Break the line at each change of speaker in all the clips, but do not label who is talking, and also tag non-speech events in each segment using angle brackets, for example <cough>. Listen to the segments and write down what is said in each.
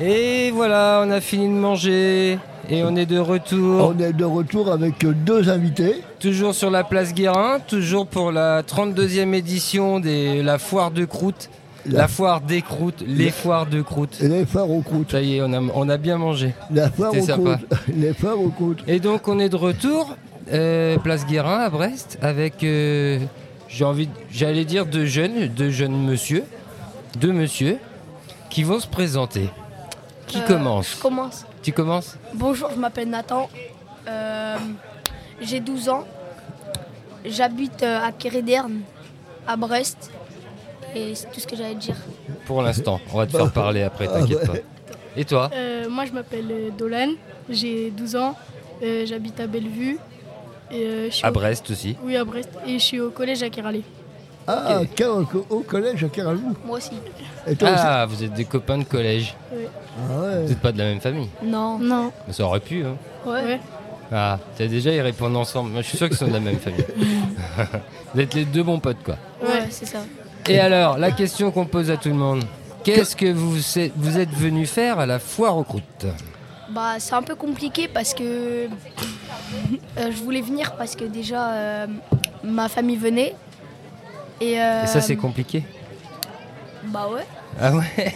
Et voilà, on a fini de manger et on est de retour.
On est de retour avec deux invités.
Toujours sur la place Guérin, toujours pour la 32e édition de la foire de croûte. La,
La-
foire des croûtes, les
La-
foires de croûte.
Les phares aux croûtes.
Ça y est, on a, on a bien mangé.
La foire
C'était
aux
sympa.
croûtes. <laughs> Les phares aux croûtes.
Et donc on est de retour, euh, place Guérin à Brest, avec, euh, j'ai envie, de- j'allais dire deux jeunes, deux jeunes monsieur, deux monsieur, qui vont se présenter. Qui
Euh,
commence
Je commence.
Tu commences
Bonjour, je m'appelle Nathan. Euh, J'ai 12 ans. J'habite euh, à Kéréderne, à Brest. Et c'est tout ce que j'allais dire.
Pour l'instant, on va te faire parler après,
Ah,
t'inquiète
bah.
pas. Et toi
Euh, moi, je m'appelle euh, Dolan, j'ai 12 ans, euh, j'habite à Bellevue. Et, euh, je suis
À
au-
Brest aussi
Oui, à Brest. Et je suis au collège à Keralé.
Ah,
Ok.
car- au, collège à Caralou.
Moi aussi.
Et toi aussi
Ah, vous êtes des copains de collège.
Ah ouais.
Vous n'êtes pas de la même famille.
Non.
Non.
Mais ça aurait pu, hein.
Ouais.
Ah, t'as déjà, ils répondent ensemble. Moi, je suis sûr qu'ils sont de la même
<laughs>
famille. vous êtes les deux bons potes, quoi.
Ouais,
Ouais.
c'est ça.
Et alors, la question qu'on pose à tout le monde. Qu'est-ce que vous, c'est- vous êtes venu faire à la foire aux croûtes
Bah, c'est un peu compliqué parce que <laughs> euh, je voulais venir parce que déjà euh, ma famille venait. Et, euh,
Et ça, c'est compliqué
Bah ouais.
Ah ouais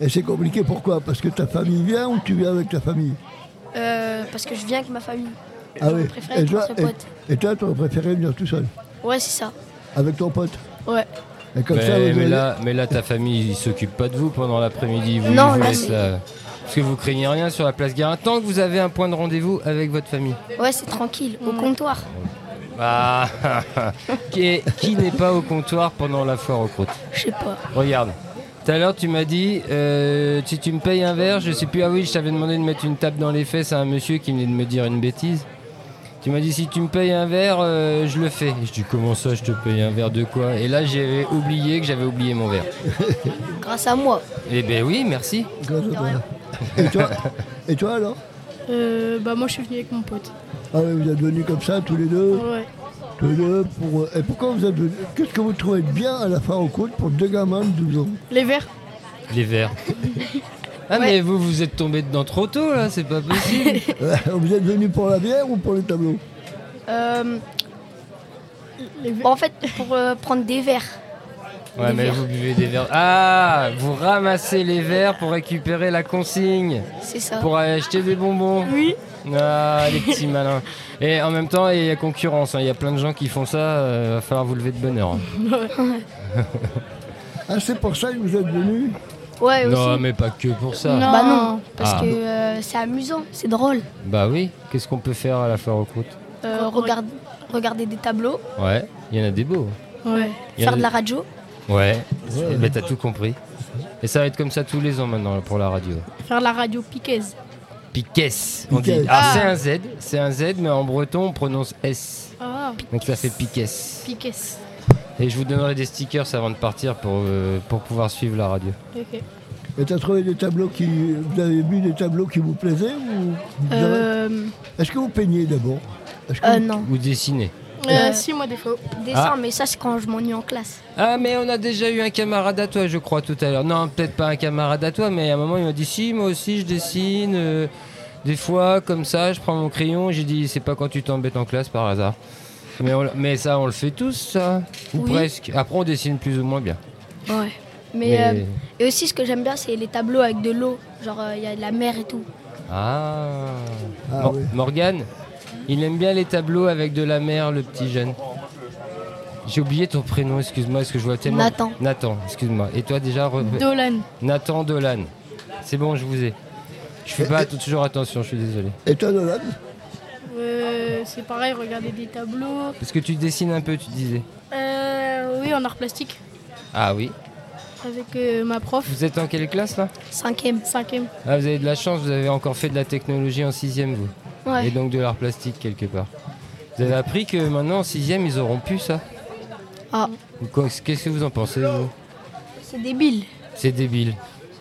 Et c'est compliqué pourquoi Parce que ta famille vient ou tu viens avec ta famille
Euh, parce que je viens avec ma famille.
Ah
J'aurais
oui.
préféré
Et
être
toi,
entre potes.
et, et toi, tu aurais préféré venir tout seul,
Ouais, c'est ça.
avec ton pote.
Ouais.
Et comme
mais,
ça, vous
mais
allez-
là, mais là, ta famille, ils s'occupent pas de vous pendant l'après-midi. Vous,
Non,
ils vous
là,
laissent
c'est-
là. Parce que vous craignez rien sur la place Guérin. Tant que vous avez un point de rendez-vous avec votre
<laughs>
famille.
Ouais, c'est tranquille, au comptoir.
Ah Qui, est- qui n'est pas au comptoir pendant la foire aux croûtes
Je sais pas.
Regarde. Tout à l'heure, tu m'as dit, euh, si tu me payes un verre, je sais plus. Ah oui, je t'avais demandé de mettre une tape dans les fesses à un monsieur qui venait de me dire une bêtise. Tu m'as dit, si tu me payes un verre, euh, je le fais. Et je dis, comment ça, je te paye un verre de quoi Et là, j'avais oublié que j'avais oublié mon verre.
Grâce à moi.
Eh ben oui, merci.
Grâce à toi.
<laughs>
Et toi, et toi alors
Euh, bah, moi, je suis venu avec mon pote.
ah oui, vous êtes venus comme ça tous les deux,
Ouais.
tous les deux pour, euh, et pourquoi vous êtes venus Qu'est-ce que vous trouvez de bien à la foire aux côtes pour deux gamins de 12 ans <laughs>
Les verts
Les verres. Ah mais vous, vous êtes tombé dedans trop tôt, là, c'est pas possible.
Vous êtes venus pour la bière ou pour les tableaux
Euh,
Les verts.
en fait, pour euh, prendre des verres.
Ouais,
Des
mais
verres.
vous buvez des verres. Ah, vous ramassez les verres pour récupérer la consigne,
C'est ça.
pour aller acheter des bonbons.
Oui.
Ah, les petits malins. Et en même temps, il y a concurrence. hein. Il y a plein de gens qui font ça. euh, va falloir vous lever de bonne heure.
Ah, c'est pour ça que vous êtes venus
Ouais, aussi.
Non, mais pas que pour ça.
Non.
Bah non, parce
Ah.
que euh, c'est amusant, c'est drôle.
Bah oui. Qu'est-ce qu'on peut faire à la foire aux croûtes
Euh, regarde- regarder des tableaux,
Ouais. Il y en a des beaux.
Oh. Ouais.
Il y en
faire
a
de la
des-
radio.
Ouais. Eh ben, t'as tout compris. Et ça va être comme ça tous les ans maintenant pour la radio.
Faire de la radio piquaise.
Piquesse, on dit.
Piquesse.
Ah,
Ah.
c'est un Z, c'est un Z, mais en breton on prononce S.
Ah,
Donc ça fait piquesse.
piquaise.
Et je vous donnerai des stickers avant de partir pour, euh, pour pouvoir suivre la radio.
Ok.
Et t'as trouvé des tableaux qui. Vous avez vu des tableaux qui vous plaisaient ou vous avez-
Euh,
Est-ce que vous peignez d'abord Est-ce que
Euh,
vous-
non,
Ou dessiner.
euh, si, moi, des fois.
dessin,
Ah.
mais ça c'est quand je m'ennuie en classe.
Ah mais on a déjà eu un camarade à toi je crois tout à l'heure. Non peut-être pas un camarade à toi mais à un moment il m'a dit si moi aussi je dessine euh, des fois comme ça je prends mon crayon et j'ai dit c'est pas quand tu t'embêtes en classe par hasard. Mais, on- mais ça on le fait tous ça ou
Oui.
presque. Après on dessine plus ou moins bien.
Ouais. Mais, euh, et aussi ce que j'aime bien, c'est les tableaux avec de l'eau. Genre euh, il y a de la mer et tout.
Ah,
Ah
Mor-
oui.
Morgane, il aime bien les tableaux avec de la mer le petit jeune. J'ai oublié ton prénom, excuse-moi, est-ce que je vois tellement.
Nathan.
Nathan, excuse-moi. Et toi déjà, re-
Dolan.
Nathan Dolan. C'est bon, je vous ai. Je
Euh,
fais pas att- toujours attention, je suis désolé.
Et toi, Nolan
Euh, c'est pareil, regarder des tableaux.
Parce que tu dessines un peu, tu disais.
Euh, oui, en art plastique.
Ah oui.
Avec euh, ma prof.
Vous êtes en quelle classe là
Cinquième.
Cinquième.
Ah, vous avez de la chance, vous avez encore fait de la technologie en sixième, vous. Et
Ouais.
donc de l'art plastique quelque part. Vous avez appris que maintenant en sixième, ils auront plus ça.
Ah,
Ou quoi- Qu'est-ce que vous en pensez, vous
c'est débile.
C'est débile.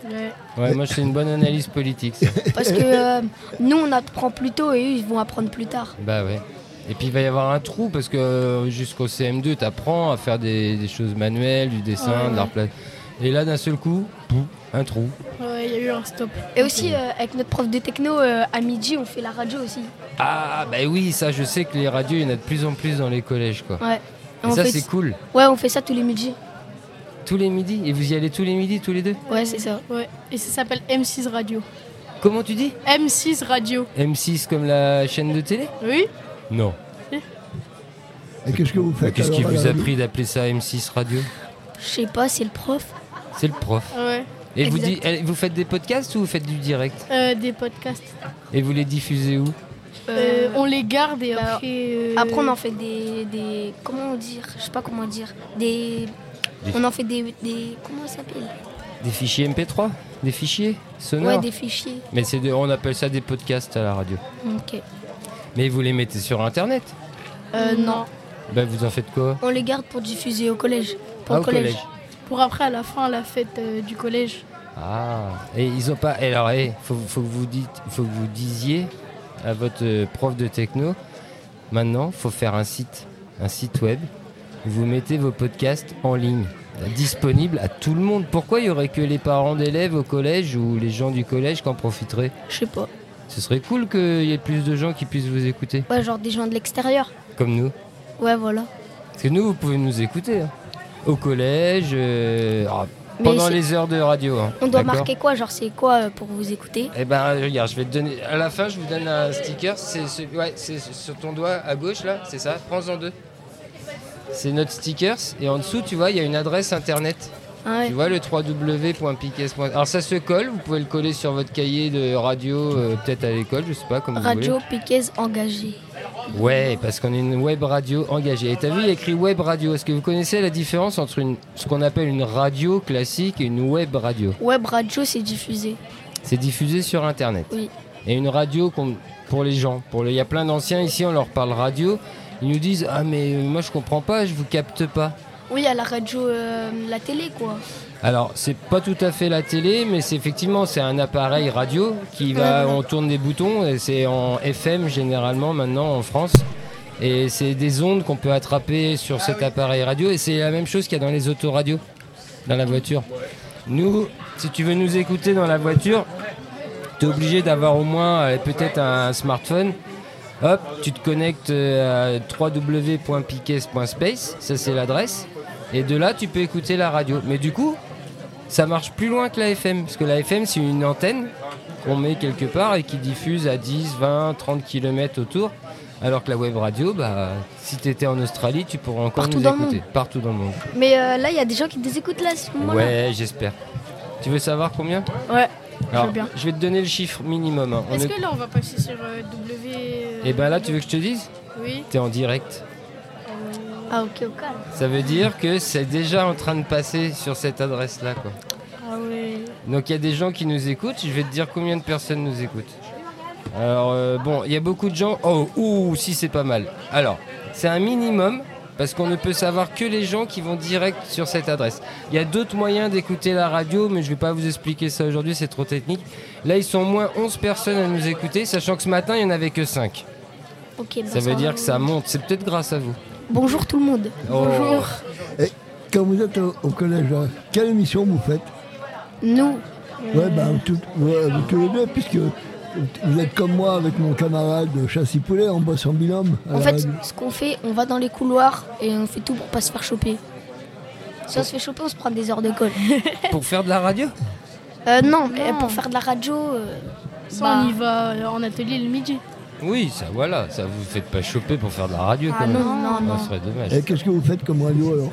Ouais.
Ouais, moi je fais une bonne analyse politique. ça.
Parce que euh, nous on apprend plus tôt et eux ils vont apprendre plus tard.
<laughs> bah ouais. Et puis il va y avoir un trou parce que euh, jusqu'au CM2, t'apprends à faire des, des choses manuelles, du dessin,
Ouais,
de l'art pla- Et là, d'un seul coup, pou, un trou.
Ouais, il y a eu un stop.
Et aussi, euh, avec notre prof de techno, euh, à midi, on fait la radio aussi.
Ah bah oui, ça je sais que les radios, il y en a de plus en plus dans les collèges quoi.
Ouais. Et
Et
on
ça
fait-
c'est cool.
Ouais, on fait ça tous les midis.
Tous les midis, et vous y allez tous les midis, tous les deux
Ouais, c'est ça.
Ouais. Et ça s'appelle M6 Radio.
Comment tu dis
M6 Radio.
M6 comme la chaîne de télé
Oui
Non.
Et qu'est-ce que vous
Mais
faites
Qu'est-ce qui
alors à la
vous a
radio
pris d'appeler ça M6 Radio
Je sais pas, c'est le prof.
C'est le prof.
Ouais.
Et vous,
Exact.
di- eh, vous faites des podcasts ou vous faites du direct
Euh, des podcasts.
Et vous les diffusez où
Euh,
Euh,
on les garde et
bah,
après. euh,
Après, on en fait des, des. Comment dire Je sais pas comment dire. Des.
Des-
On en fait des. des comment ça s'appelle
Des fichiers MP3 Des fichiers sonores
Ouais, des fichiers.
Mais c'est de- on appelle ça des podcasts à la radio.
Ok.
Mais vous les mettez sur internet
Euh, non.
Bah vous en faites quoi
On les garde pour diffuser au collège. Pour
Ah,
le collège.
Pour après, à la fin, à la fête euh, du collège.
Ah, et ils ont pas. eh, Alors, eh, faut, faut que vous dites, faut que vous disiez à votre euh, prof de techno. Maintenant, faut faire un site, un site web. Vous mettez vos podcasts en ligne, euh, disponibles à tout le monde. Pourquoi il y aurait que les parents d'élèves au collège ou les gens du collège qui en profiteraient
Je sais pas.
Ce serait cool qu'il y ait plus de gens qui puissent vous écouter,
Ouais, genre des gens de l'extérieur.
comme nous.
Ouais, voilà.
Parce que nous, vous pouvez nous écouter hein. au collège, euh, ah,
Mais
pendant
c'est-
les heures de radio. hein.
On doit
D'accord
marquer quoi Genre, c'est quoi euh, pour vous écouter
Eh ben regarde, je vais te donner. À la fin, je vous donne un sticker. C'est ce- ouais, c'est sur ton doigt à gauche là, c'est ça. Prends-en deux. C'est notre stickers et en dessous, tu vois, il y a une adresse internet.
Ah ouais.
Tu vois le www.piques.fr. Alors ah, ça se colle. Vous pouvez le coller sur votre cahier de radio, euh, peut-être à l'école, je sais pas comme vous
Radio Piquet engagée.
voulez. Ouais, parce qu'on est une web radio engagée. Et t'as vu, il y a écrit web radio. Est-ce que vous connaissez la différence entre une ce qu'on appelle une radio classique et une web radio
Web radio, c'est diffusé.
C'est diffusé sur Internet.
Oui.
Et une radio qu'on- pour les gens. Pour les- Il y a plein d'anciens ici, on leur parle radio. Ils nous disent Ah, mais euh, moi je comprends pas, je vous capte pas.
Oui, à la radio, euh, la télé, quoi.
Alors, c'est pas tout à fait la télé, mais c'est effectivement, c'est un appareil radio qui va. On tourne des boutons et c'est en FM généralement maintenant en France. Et c'est des ondes qu'on peut attraper sur cet appareil radio. Et c'est la même chose qu'il y a dans les autoradios, dans la voiture. Nous, si tu veux nous écouter dans la voiture, t'es obligé d'avoir au moins euh, peut-être un smartphone. Hop, tu te connectes euh, à www.piques.space, ça c'est l'adresse. Et de là, tu peux écouter la radio. Mais du coup, ça marche plus loin que la FM, parce que la FM, c'est une antenne qu'on met quelque part et qui diffuse à 10, 20, 30 km autour. Alors que la web radio, bah, si tu étais en Australie, tu pourrais encore
Partout
nous
dans le
écouter. Partout dans le monde.
Mais euh, là, il y a des gens qui nous écoutent là, à ce moment-là.
Ouais, j'espère. Tu veux savoir combien
Ouais.
Alors,
veux bien.
je vais te donner le chiffre minimum. hein. On
Est-ce
est-
que là, on va passer sur euh, W.
Eh ben là, tu veux que je te dise
Oui.
T'es en direct.
Ah, ok, au calme.
Ça veut dire que c'est déjà en train de passer sur cette adresse-là, quoi.
Ah ouais.
Donc il y a des gens qui nous écoutent. Je vais te dire combien de personnes nous écoutent. Alors euh, bon, il y a beaucoup de gens. Oh, ouh, si c'est pas mal. Alors, c'est un minimum parce qu'on ne peut savoir que les gens qui vont direct sur cette adresse. Il y a d'autres moyens d'écouter la radio, mais je vais pas vous expliquer ça aujourd'hui, c'est trop technique. Là, ils sont au moins 11 personnes à nous écouter, sachant que ce matin, il n'y en avait que 5.
Ok, bah,
Ça veut
va.
dire que ça Oh. monte. C'est peut-être grâce à vous.
Bonjour tout le monde.
Bonjour.
Quand vous êtes au, au collège, là, quelle émission vous faites
Nous,
Ouais, bah, tout- ouais, vous tous les deux, puisque vous êtes comme moi avec mon camarade Chassis Poulet, on bosse en binôme. à
en
la
fait,
radio.
ce qu'on fait, on va dans les couloirs et on fait tout pour pas se faire choper. Si on se fait choper, on se prend des heures de colle.
<laughs> Pour faire de la radio
<laughs> Euh, non, mais pour faire de la radio, euh,
Ça,
bah,
on y va euh, en atelier le midi.
Oui, ça voilà, ça vous faites pas choper pour faire de la radio
Ah
quand même.
non, non,
Ça
non.
serait dommage.
euh, Et qu'est-ce que vous faites comme radio alors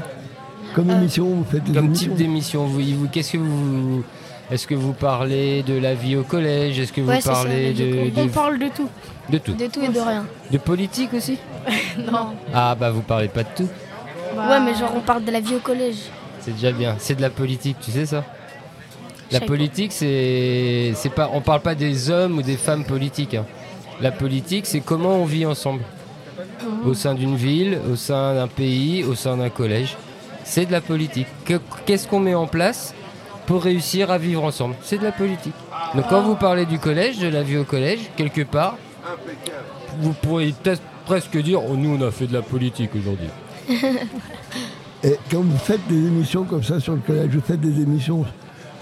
Comme
euh,
émission, vous faites des
Comme
émissions
type d'émission, vous, vous- qu'est-ce que vous est-ce que vous parlez de la vie au collège Est-ce que vous
Ouais, c'est ça,
parlez
la vie au
de,
On
de-
parle de tout.
de tout
de tout et de rien.
De politique aussi
Non.
Ah bah vous parlez pas de tout,
Bah,
Ouais, mais genre, on parle de la vie au collège.
c'est déjà bien. C'est de la politique, tu sais ça
Je
La
sais
politique c'est c'est pas on parle pas des hommes ou des femmes politiques. hein. La politique c'est comment on vit ensemble. Au sein d'une ville, au sein d'un pays, au sein d'un collège. C'est de la politique. Que- Qu'est-ce qu'on met en place pour réussir à vivre ensemble C'est de la politique. Donc quand vous parlez du collège, de la vie au collège, quelque part, vous pourriez peut-être presque dire oh, nous on a fait de la politique aujourd'hui.
Et quand vous faites des émissions comme ça sur le collège, vous faites des émissions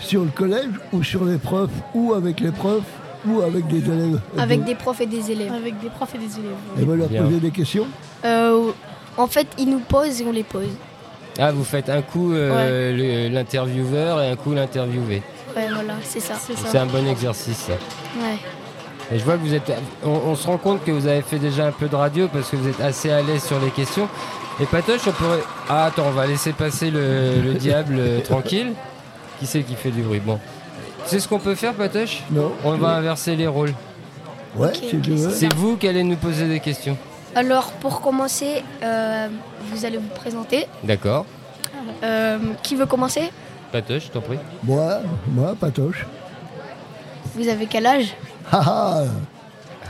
sur le collège ou sur les profs ou avec les profs ou avec des élèves
avec des profs et des élèves.
avec des profs et des élèves.
Et vous leur
Bien.
poser des questions
Euh, en fait, ils nous posent et on les pose.
Ah, vous faites un coup euh, le- l'intervieweur et un coup l'interviewé.
Ouais, voilà, c'est ça.
C'est
C'est
ça.
un bon exercice, ça.
Ouais.
Et je vois que vous êtes. On, on se rend compte que vous avez fait déjà un peu de radio parce que vous êtes assez à l'aise sur les questions. Et Patoche, on pourrait. Ah, attends, on va laisser passer le, <laughs> le diable euh, tranquille. Qui c'est qui fait du bruit Bon. C'est ce qu'on peut faire, Patoche
Non
On va inverser les rôles.
Ouais,
Ok,
si tu
ok,
veux.
C'est vous qui allez nous poser des questions.
Alors, pour commencer, euh, vous allez vous présenter.
D'accord.
Euh, qui veut commencer
Patoche, je t'en prie.
Moi, moi, Patoche. <laughs>
Vous avez quel âge
Ah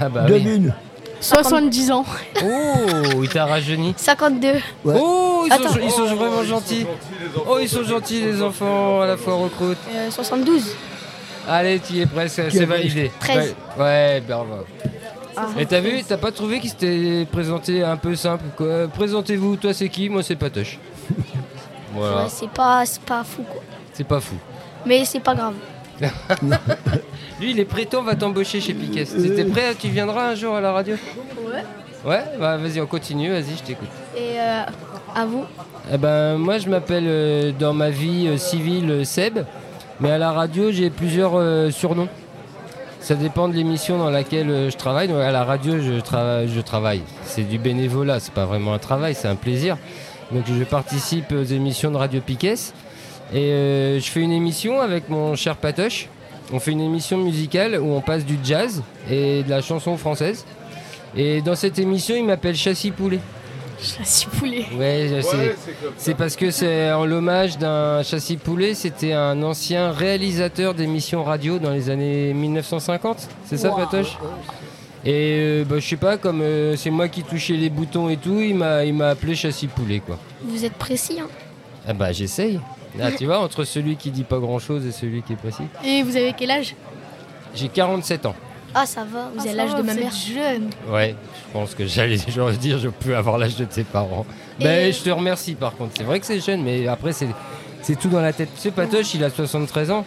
Ah bah
ah
oui.
Devine
70
<laughs>
ans.
Oh, il t'a rajeuni.
52.
Ouais.
Oh, ils sont,
Attends.
ils sont vraiment gentils. Oh, ils sont gentils, les enfants, à la fois recrute.
Euh, 72.
Allez, tu y es presque, c'est
Quel-
validé.
Treize.
Ouais, ouais, bravo.
Ah.
Et t'as vu, t'as pas trouvé qu'il s'était présenté un peu simple quoi Euh, Présentez-vous, toi c'est qui Moi c'est
<laughs>
Patoche. voilà,
Ouais, c'est pas, c'est pas fou quoi.
c'est pas fou.
Mais c'est pas grave.
Lui il est prêt, on va t'embaucher chez Piquet. Si t'es prêt, tu viendras un jour à la radio
Ouais.
Ouais, bah vas-y, on continue, vas-y, je t'écoute.
Et euh, à vous
Eh ben, moi, je m'appelle euh, dans ma vie euh, civile euh, Seb, mais à la radio, j'ai plusieurs euh, surnoms. Ça dépend de l'émission dans laquelle euh, je travaille. Donc, à la radio, je, trava- je travaille. C'est du bénévolat, c'est pas vraiment un travail, c'est un plaisir. Donc, je participe aux émissions de Radio Piquet et euh, je fais une émission avec mon cher Patoche. On fait une émission musicale où on passe du jazz et de la chanson française. Et dans cette émission, il m'appelle Châssis Poulet.
Je suis poulet.
Ouais, je sais. C'est parce que c'est en l'hommage d'un châssis poulet, c'était un ancien réalisateur d'émissions radio dans les années 1950, c'est ça Patoche Et euh, bah, je sais pas, comme euh, c'est moi qui touchais les boutons et tout, il m'a il m'a appelé châssis poulet quoi.
Vous êtes précis. Hein
Ah bah j'essaye. Ah, tu vois, entre celui qui dit pas grand chose et celui qui est précis.
Et vous avez quel âge
J'ai 47 ans.
ah, ça va, vous
Ah,
avez
ça
l'âge
va,
de ma
vous
mère.
êtes jeune.
Ouais, je pense que j'allais <laughs> genre dire je peux avoir l'âge de tes parents.
Et-
Ben je te remercie par contre. C'est vrai que c'est jeune, mais après c'est c'est tout dans la tête. Tu sais, Patoche, il a 73 ans,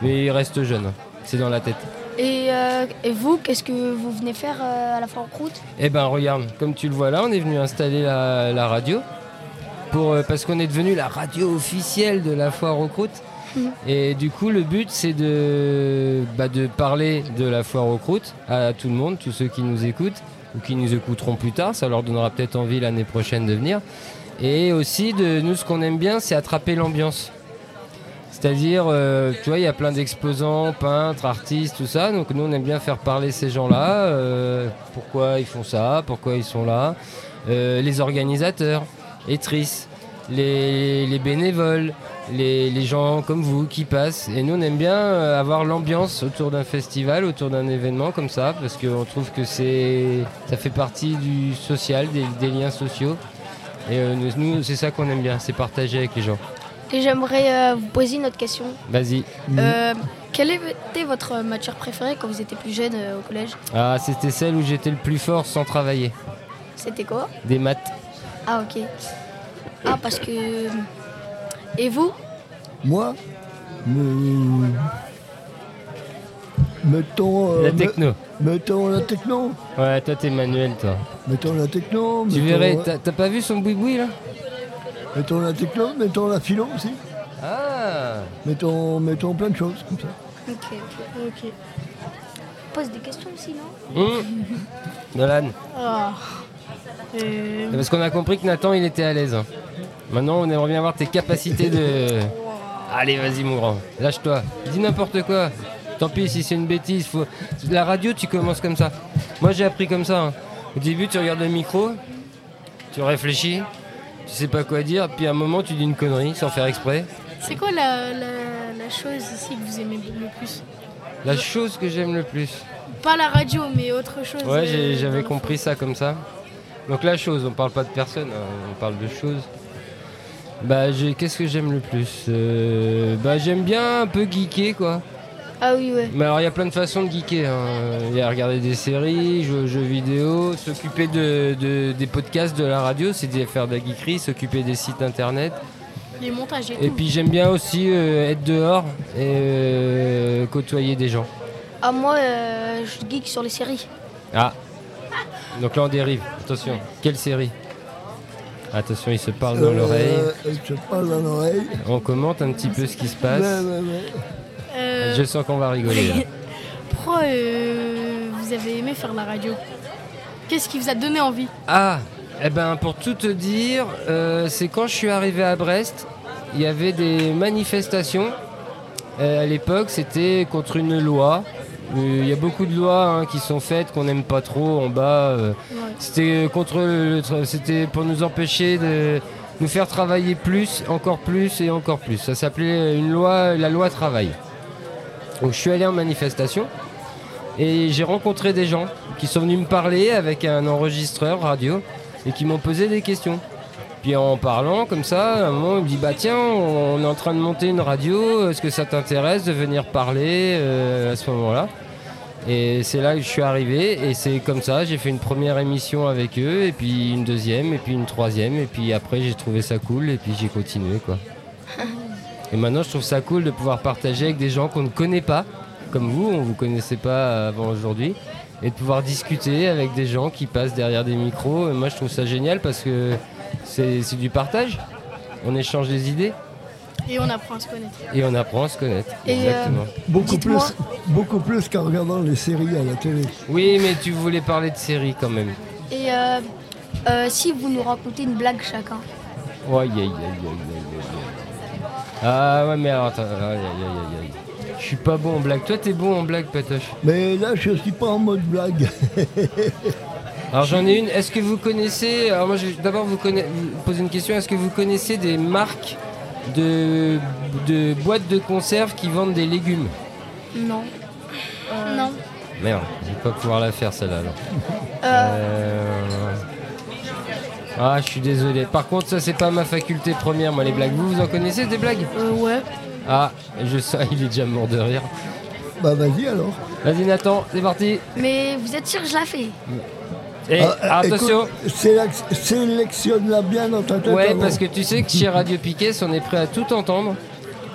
mais il reste jeune. C'est dans la tête.
Et, euh, et vous, qu'est-ce que vous venez faire euh, à la Franc-Route
Eh ben regarde, comme tu le vois là, on est venu installer la, la radio pour euh, parce qu'on est devenu la radio officielle de la foire aux croûtes. Et du coup, le but, c'est de, bah, de parler de la foire aux croûtes à tout le monde, tous ceux qui nous écoutent ou qui nous écouteront plus tard. Ça leur donnera peut-être envie l'année prochaine de venir. Et aussi, de, nous, ce qu'on aime bien, c'est attraper l'ambiance. C'est-à-dire, euh, tu vois, il y a plein d'exposants, peintres, artistes, tout ça. Donc nous, on aime bien faire parler ces gens-là. euh, pourquoi ils font ça Pourquoi ils sont là euh, Les organisateurs, étrices, les, les bénévoles, les, les gens comme vous qui passent. Et nous, on aime bien euh, avoir l'ambiance autour d'un festival, autour d'un événement comme ça, parce qu'on trouve que c'est, ça fait partie du social, des, des liens sociaux. Et euh, nous, nous, c'est ça qu'on aime bien, c'est partager avec les gens.
Et j'aimerais euh, vous poser une autre question.
Vas-y.
Euh, quelle était votre matière préférée quand vous étiez plus jeune euh, au collège
Ah, c'était celle où j'étais le plus fort sans travailler.
C'était quoi
Des maths.
Ah, ok. Ah, parce que. Et vous
Moi, me- mettons, euh,
La
me-
techno.
mettons la techno.
Ouais, toi t'es manuel, toi.
Mettons la techno.
Tu
mettons- euh,
verrais, t'as t'as pas vu son boui-boui là
Mettons la techno, mettons la philo aussi.
Ah
Mettons, mettons plein de choses comme ça.
Ok, ok.
Ok.
Pose des questions aussi, non
Hum. Nolan.
Ah. Euh,
Parce qu'on a compris que Nathan il était à l'aise. hein. Maintenant on aimerait bien voir tes capacités de. Allez, vas-y, mon grand. Lâche-toi. Dis n'importe quoi. Tant pis si c'est une bêtise. Faut... La radio, tu commences comme ça. Moi j'ai appris comme ça. hein. Au début, tu regardes le micro, tu réfléchis, tu sais pas quoi dire, puis à un moment, tu dis une connerie sans faire exprès.
C'est quoi la, la- la chose ici que vous aimez le plus
La chose que j'aime le plus.
Pas la radio, mais autre chose.
Ouais,
euh,
j'ai-
dans
j'avais
le fond.
compris ça comme ça. Donc la chose, on parle pas de personne, hein, on parle de choses. Bah, j'ai- qu'est-ce que j'aime le plus Euh, Bah, j'aime bien un peu geeker quoi.
Ah, oui, ouais.
Mais alors, il y a plein de façons de geeker. hein. Il y a regarder des séries, jouer aux jeux vidéo, s'occuper de, de- des podcasts de la radio, c'est de faire de la geekerie, s'occuper des sites internet.
les montages et,
Et
tout.
puis j'aime bien aussi euh, être dehors et euh, côtoyer des gens.
Ah, moi, euh, je geek sur les séries.
Ah Donc là on dérive, attention. Quelle série Attention, ils se parlent dans l'oreille.
Euh, Je parle dans l'oreille.
On commente un petit peu ce qui se
Ouais,
passe.
ouais, ouais.
Euh,
Je sens qu'on va rigoler là.
pourquoi euh, vous avez aimé faire la radio Qu'est-ce qui vous a donné envie
Ah, eh ben pour tout te dire, euh, c'est quand je suis arrivé à Brest, il y avait des manifestations. Euh, à l'époque, c'était contre une loi. Euh, Il y a beaucoup de lois hein, qui sont faites qu'on n'aime pas trop en bas. euh.
Ouais.
C'était euh, contre, le tra- c'était pour nous empêcher de nous faire travailler plus, encore plus et encore plus. Ça s'appelait euh, une loi, la loi travail. Donc je suis allé en manifestation et j'ai rencontré des gens qui sont venus me parler avec un enregistreur radio et qui m'ont posé des questions. Puis en parlant comme ça, à un moment, il me dit Bah tiens, on on est en train de monter une radio, est-ce que ça t'intéresse de venir parler euh, à ce moment-là Et c'est là que je suis arrivé, et c'est comme ça, j'ai fait une première émission avec eux, et puis une deuxième, et puis une troisième, et puis après j'ai trouvé ça cool, et puis j'ai continué quoi. Et maintenant je trouve ça cool de pouvoir partager avec des gens qu'on ne connaît pas, comme vous, on vous connaissait pas avant aujourd'hui, et de pouvoir discuter avec des gens qui passent derrière des micros. Et moi je trouve ça génial parce que c'est c'est du partage, on échange des idées
Et on apprend à se connaître.
et on apprend à se connaître.
Et, euh,
Exactement.
Beaucoup plus,
Dites-moi.
beaucoup plus qu'en regardant les séries à la télé.
Oui, mais tu voulais parler de séries quand même.
Et euh, euh, si vous nous racontez une blague chacun
Oh, aïe, aïe, aïe, aïe, aïe, aïe, aïe. Ah ouais, mais alors attends, aïe, aïe, aïe, aïe, aïe. Je suis pas bon en blague. Toi, t'es bon en blague, Patoche.
Mais là, je suis pas en mode blague. <laughs>
Alors j'en ai une. Est-ce que vous connaissez Alors moi, je vais d'abord vous, conna- vous poser une question. Est-ce que vous connaissez des marques de, de boîtes de conserve qui vendent des légumes
Non.
Non.
Merde, je vais pas pouvoir la faire celle-là. alors.
Euh,
Euh, Ah, je suis désolé. Par contre, ça c'est pas ma faculté première, moi les blagues. Vous, vous en connaissez des blagues
Euh, ouais.
Ah, je sais, il est déjà mort de rire.
bah vas-y alors.
Vas-y Nathan, c'est parti.
mais vous êtes sûr que je la fais
Et
Ah, écoute,
Eh, attention.
sélec- Sélectionne-la bien dans ta tête.
Ouais,
avant.
parce que tu sais que chez Radio Piquet, on est prêt à tout entendre.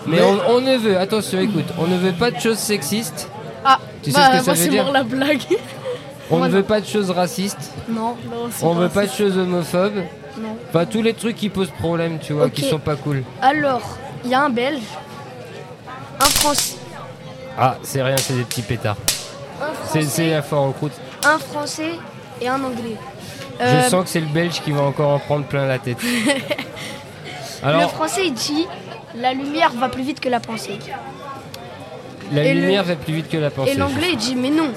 Mais
Mais-
on, on ne veut, attention, écoute, on ne veut pas de choses sexistes,
Ah,
Tu sais
bah,
ce que ça
moi,
veut
c'est
dire
mort la blague.
on
Moi,
ne
non.
veut pas de choses racistes,
Non.
<laughs> Non, c'est
on veut pas de choses homophobes.
Non.
Enfin, tous les trucs qui posent problème, tu vois, qui
Ok.
sont pas cool.
Alors, il y a un Belge, un Français,
Ah, c'est rien, c'est des petits pétards.
un
C'est- C'est
Français,
la foire en croûte.
un Français et un Anglais. Euh,
Je sens que c'est le Belge qui va encore en prendre plein la
<laughs>
tête.
Le
Alors,
Français il dit la lumière va plus vite que la pensée.
la
et le-
lumière va plus vite que la pensée.
Et l'anglais il dit mais non,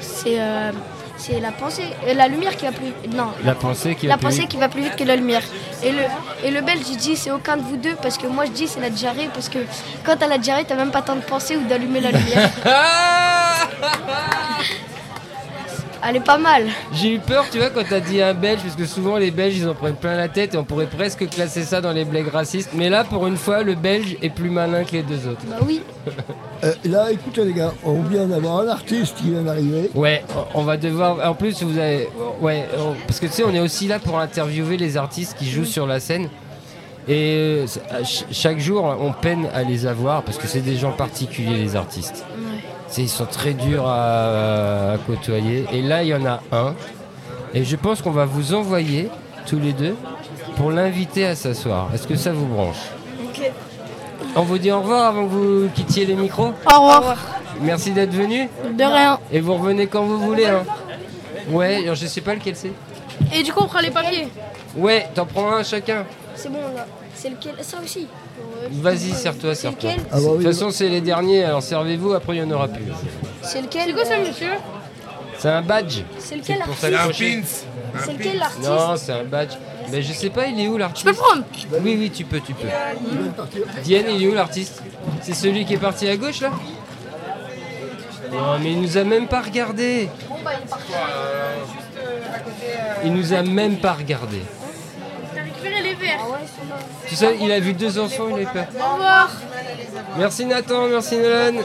c'est euh, c'est la pensée, euh, la lumière qui va plus non,
La pensée qui va
la
plus
pensée
vite.
qui va plus vite que la lumière. Et le et le belge il dit c'est aucun de vous deux parce que moi je dis c'est la diarrhée parce que quand t'as la diarrhée t'as même pas le temps de penser ou d'allumer la
<laughs>
lumière.
Ah
Elle est pas mal.
J'ai eu peur, tu vois, quand t'as dit un Belge, parce que souvent les Belges ils en prennent plein la tête et on pourrait presque classer ça dans les blagues racistes. Mais là, pour une fois, le Belge est plus malin que les deux autres.
Bah oui.
Euh, là, écoutez les gars, on vient d'avoir un artiste qui vient d'arriver.
Ouais, on va devoir. En plus, vous avez. Ouais, on- parce que tu sais, on est aussi là pour interviewer les artistes qui jouent sur la scène. Et euh, c'est- à ch- chaque jour, on peine à les avoir parce que c'est des gens particuliers, les artistes. C'est- Ils sont très durs à, à côtoyer. Et là, il y en a un. Et je pense qu'on va vous envoyer, tous les deux, pour l'inviter à s'asseoir. Est-ce que ça vous branche On vous dit au revoir avant que vous quittiez les micros.
Au revoir.
Merci d'être venu.
De rien.
Et vous revenez quand vous voulez. Hein. Ouais, alors je sais pas lequel c'est.
Et du coup, on prend les papiers.
Ouais, t'en prends un chacun.
C'est bon là. C'est lequel Ça aussi. Euh,
Vas-y, serre-toi, serre-toi.
lequel
Ah bah
De toute
oui,
façon, c'est les derniers, alors servez-vous, après il n'y en aura plus.
C'est lequel euh,
monsieur
C'est un badge.
C'est lequel
pour ça
artiste
Un
Crochet.
pins.
C'est lequel artiste
Non, c'est un badge. Mais je sais pas, il est où
Je peux le
l'artiste
prendre
Oui, oui, tu peux, tu peux.
Il vient de partir.
Diane, il est où l'artiste C'est celui qui est parti à gauche là Non, mais il nous a même pas regardé.
bah, euh,
Il nous a même pas regardé.
T'as récupéré les verres.
Tu sais, il a vu deux enfants, il a eu peur.
Au revoir.
Merci Nathan, merci Nolan.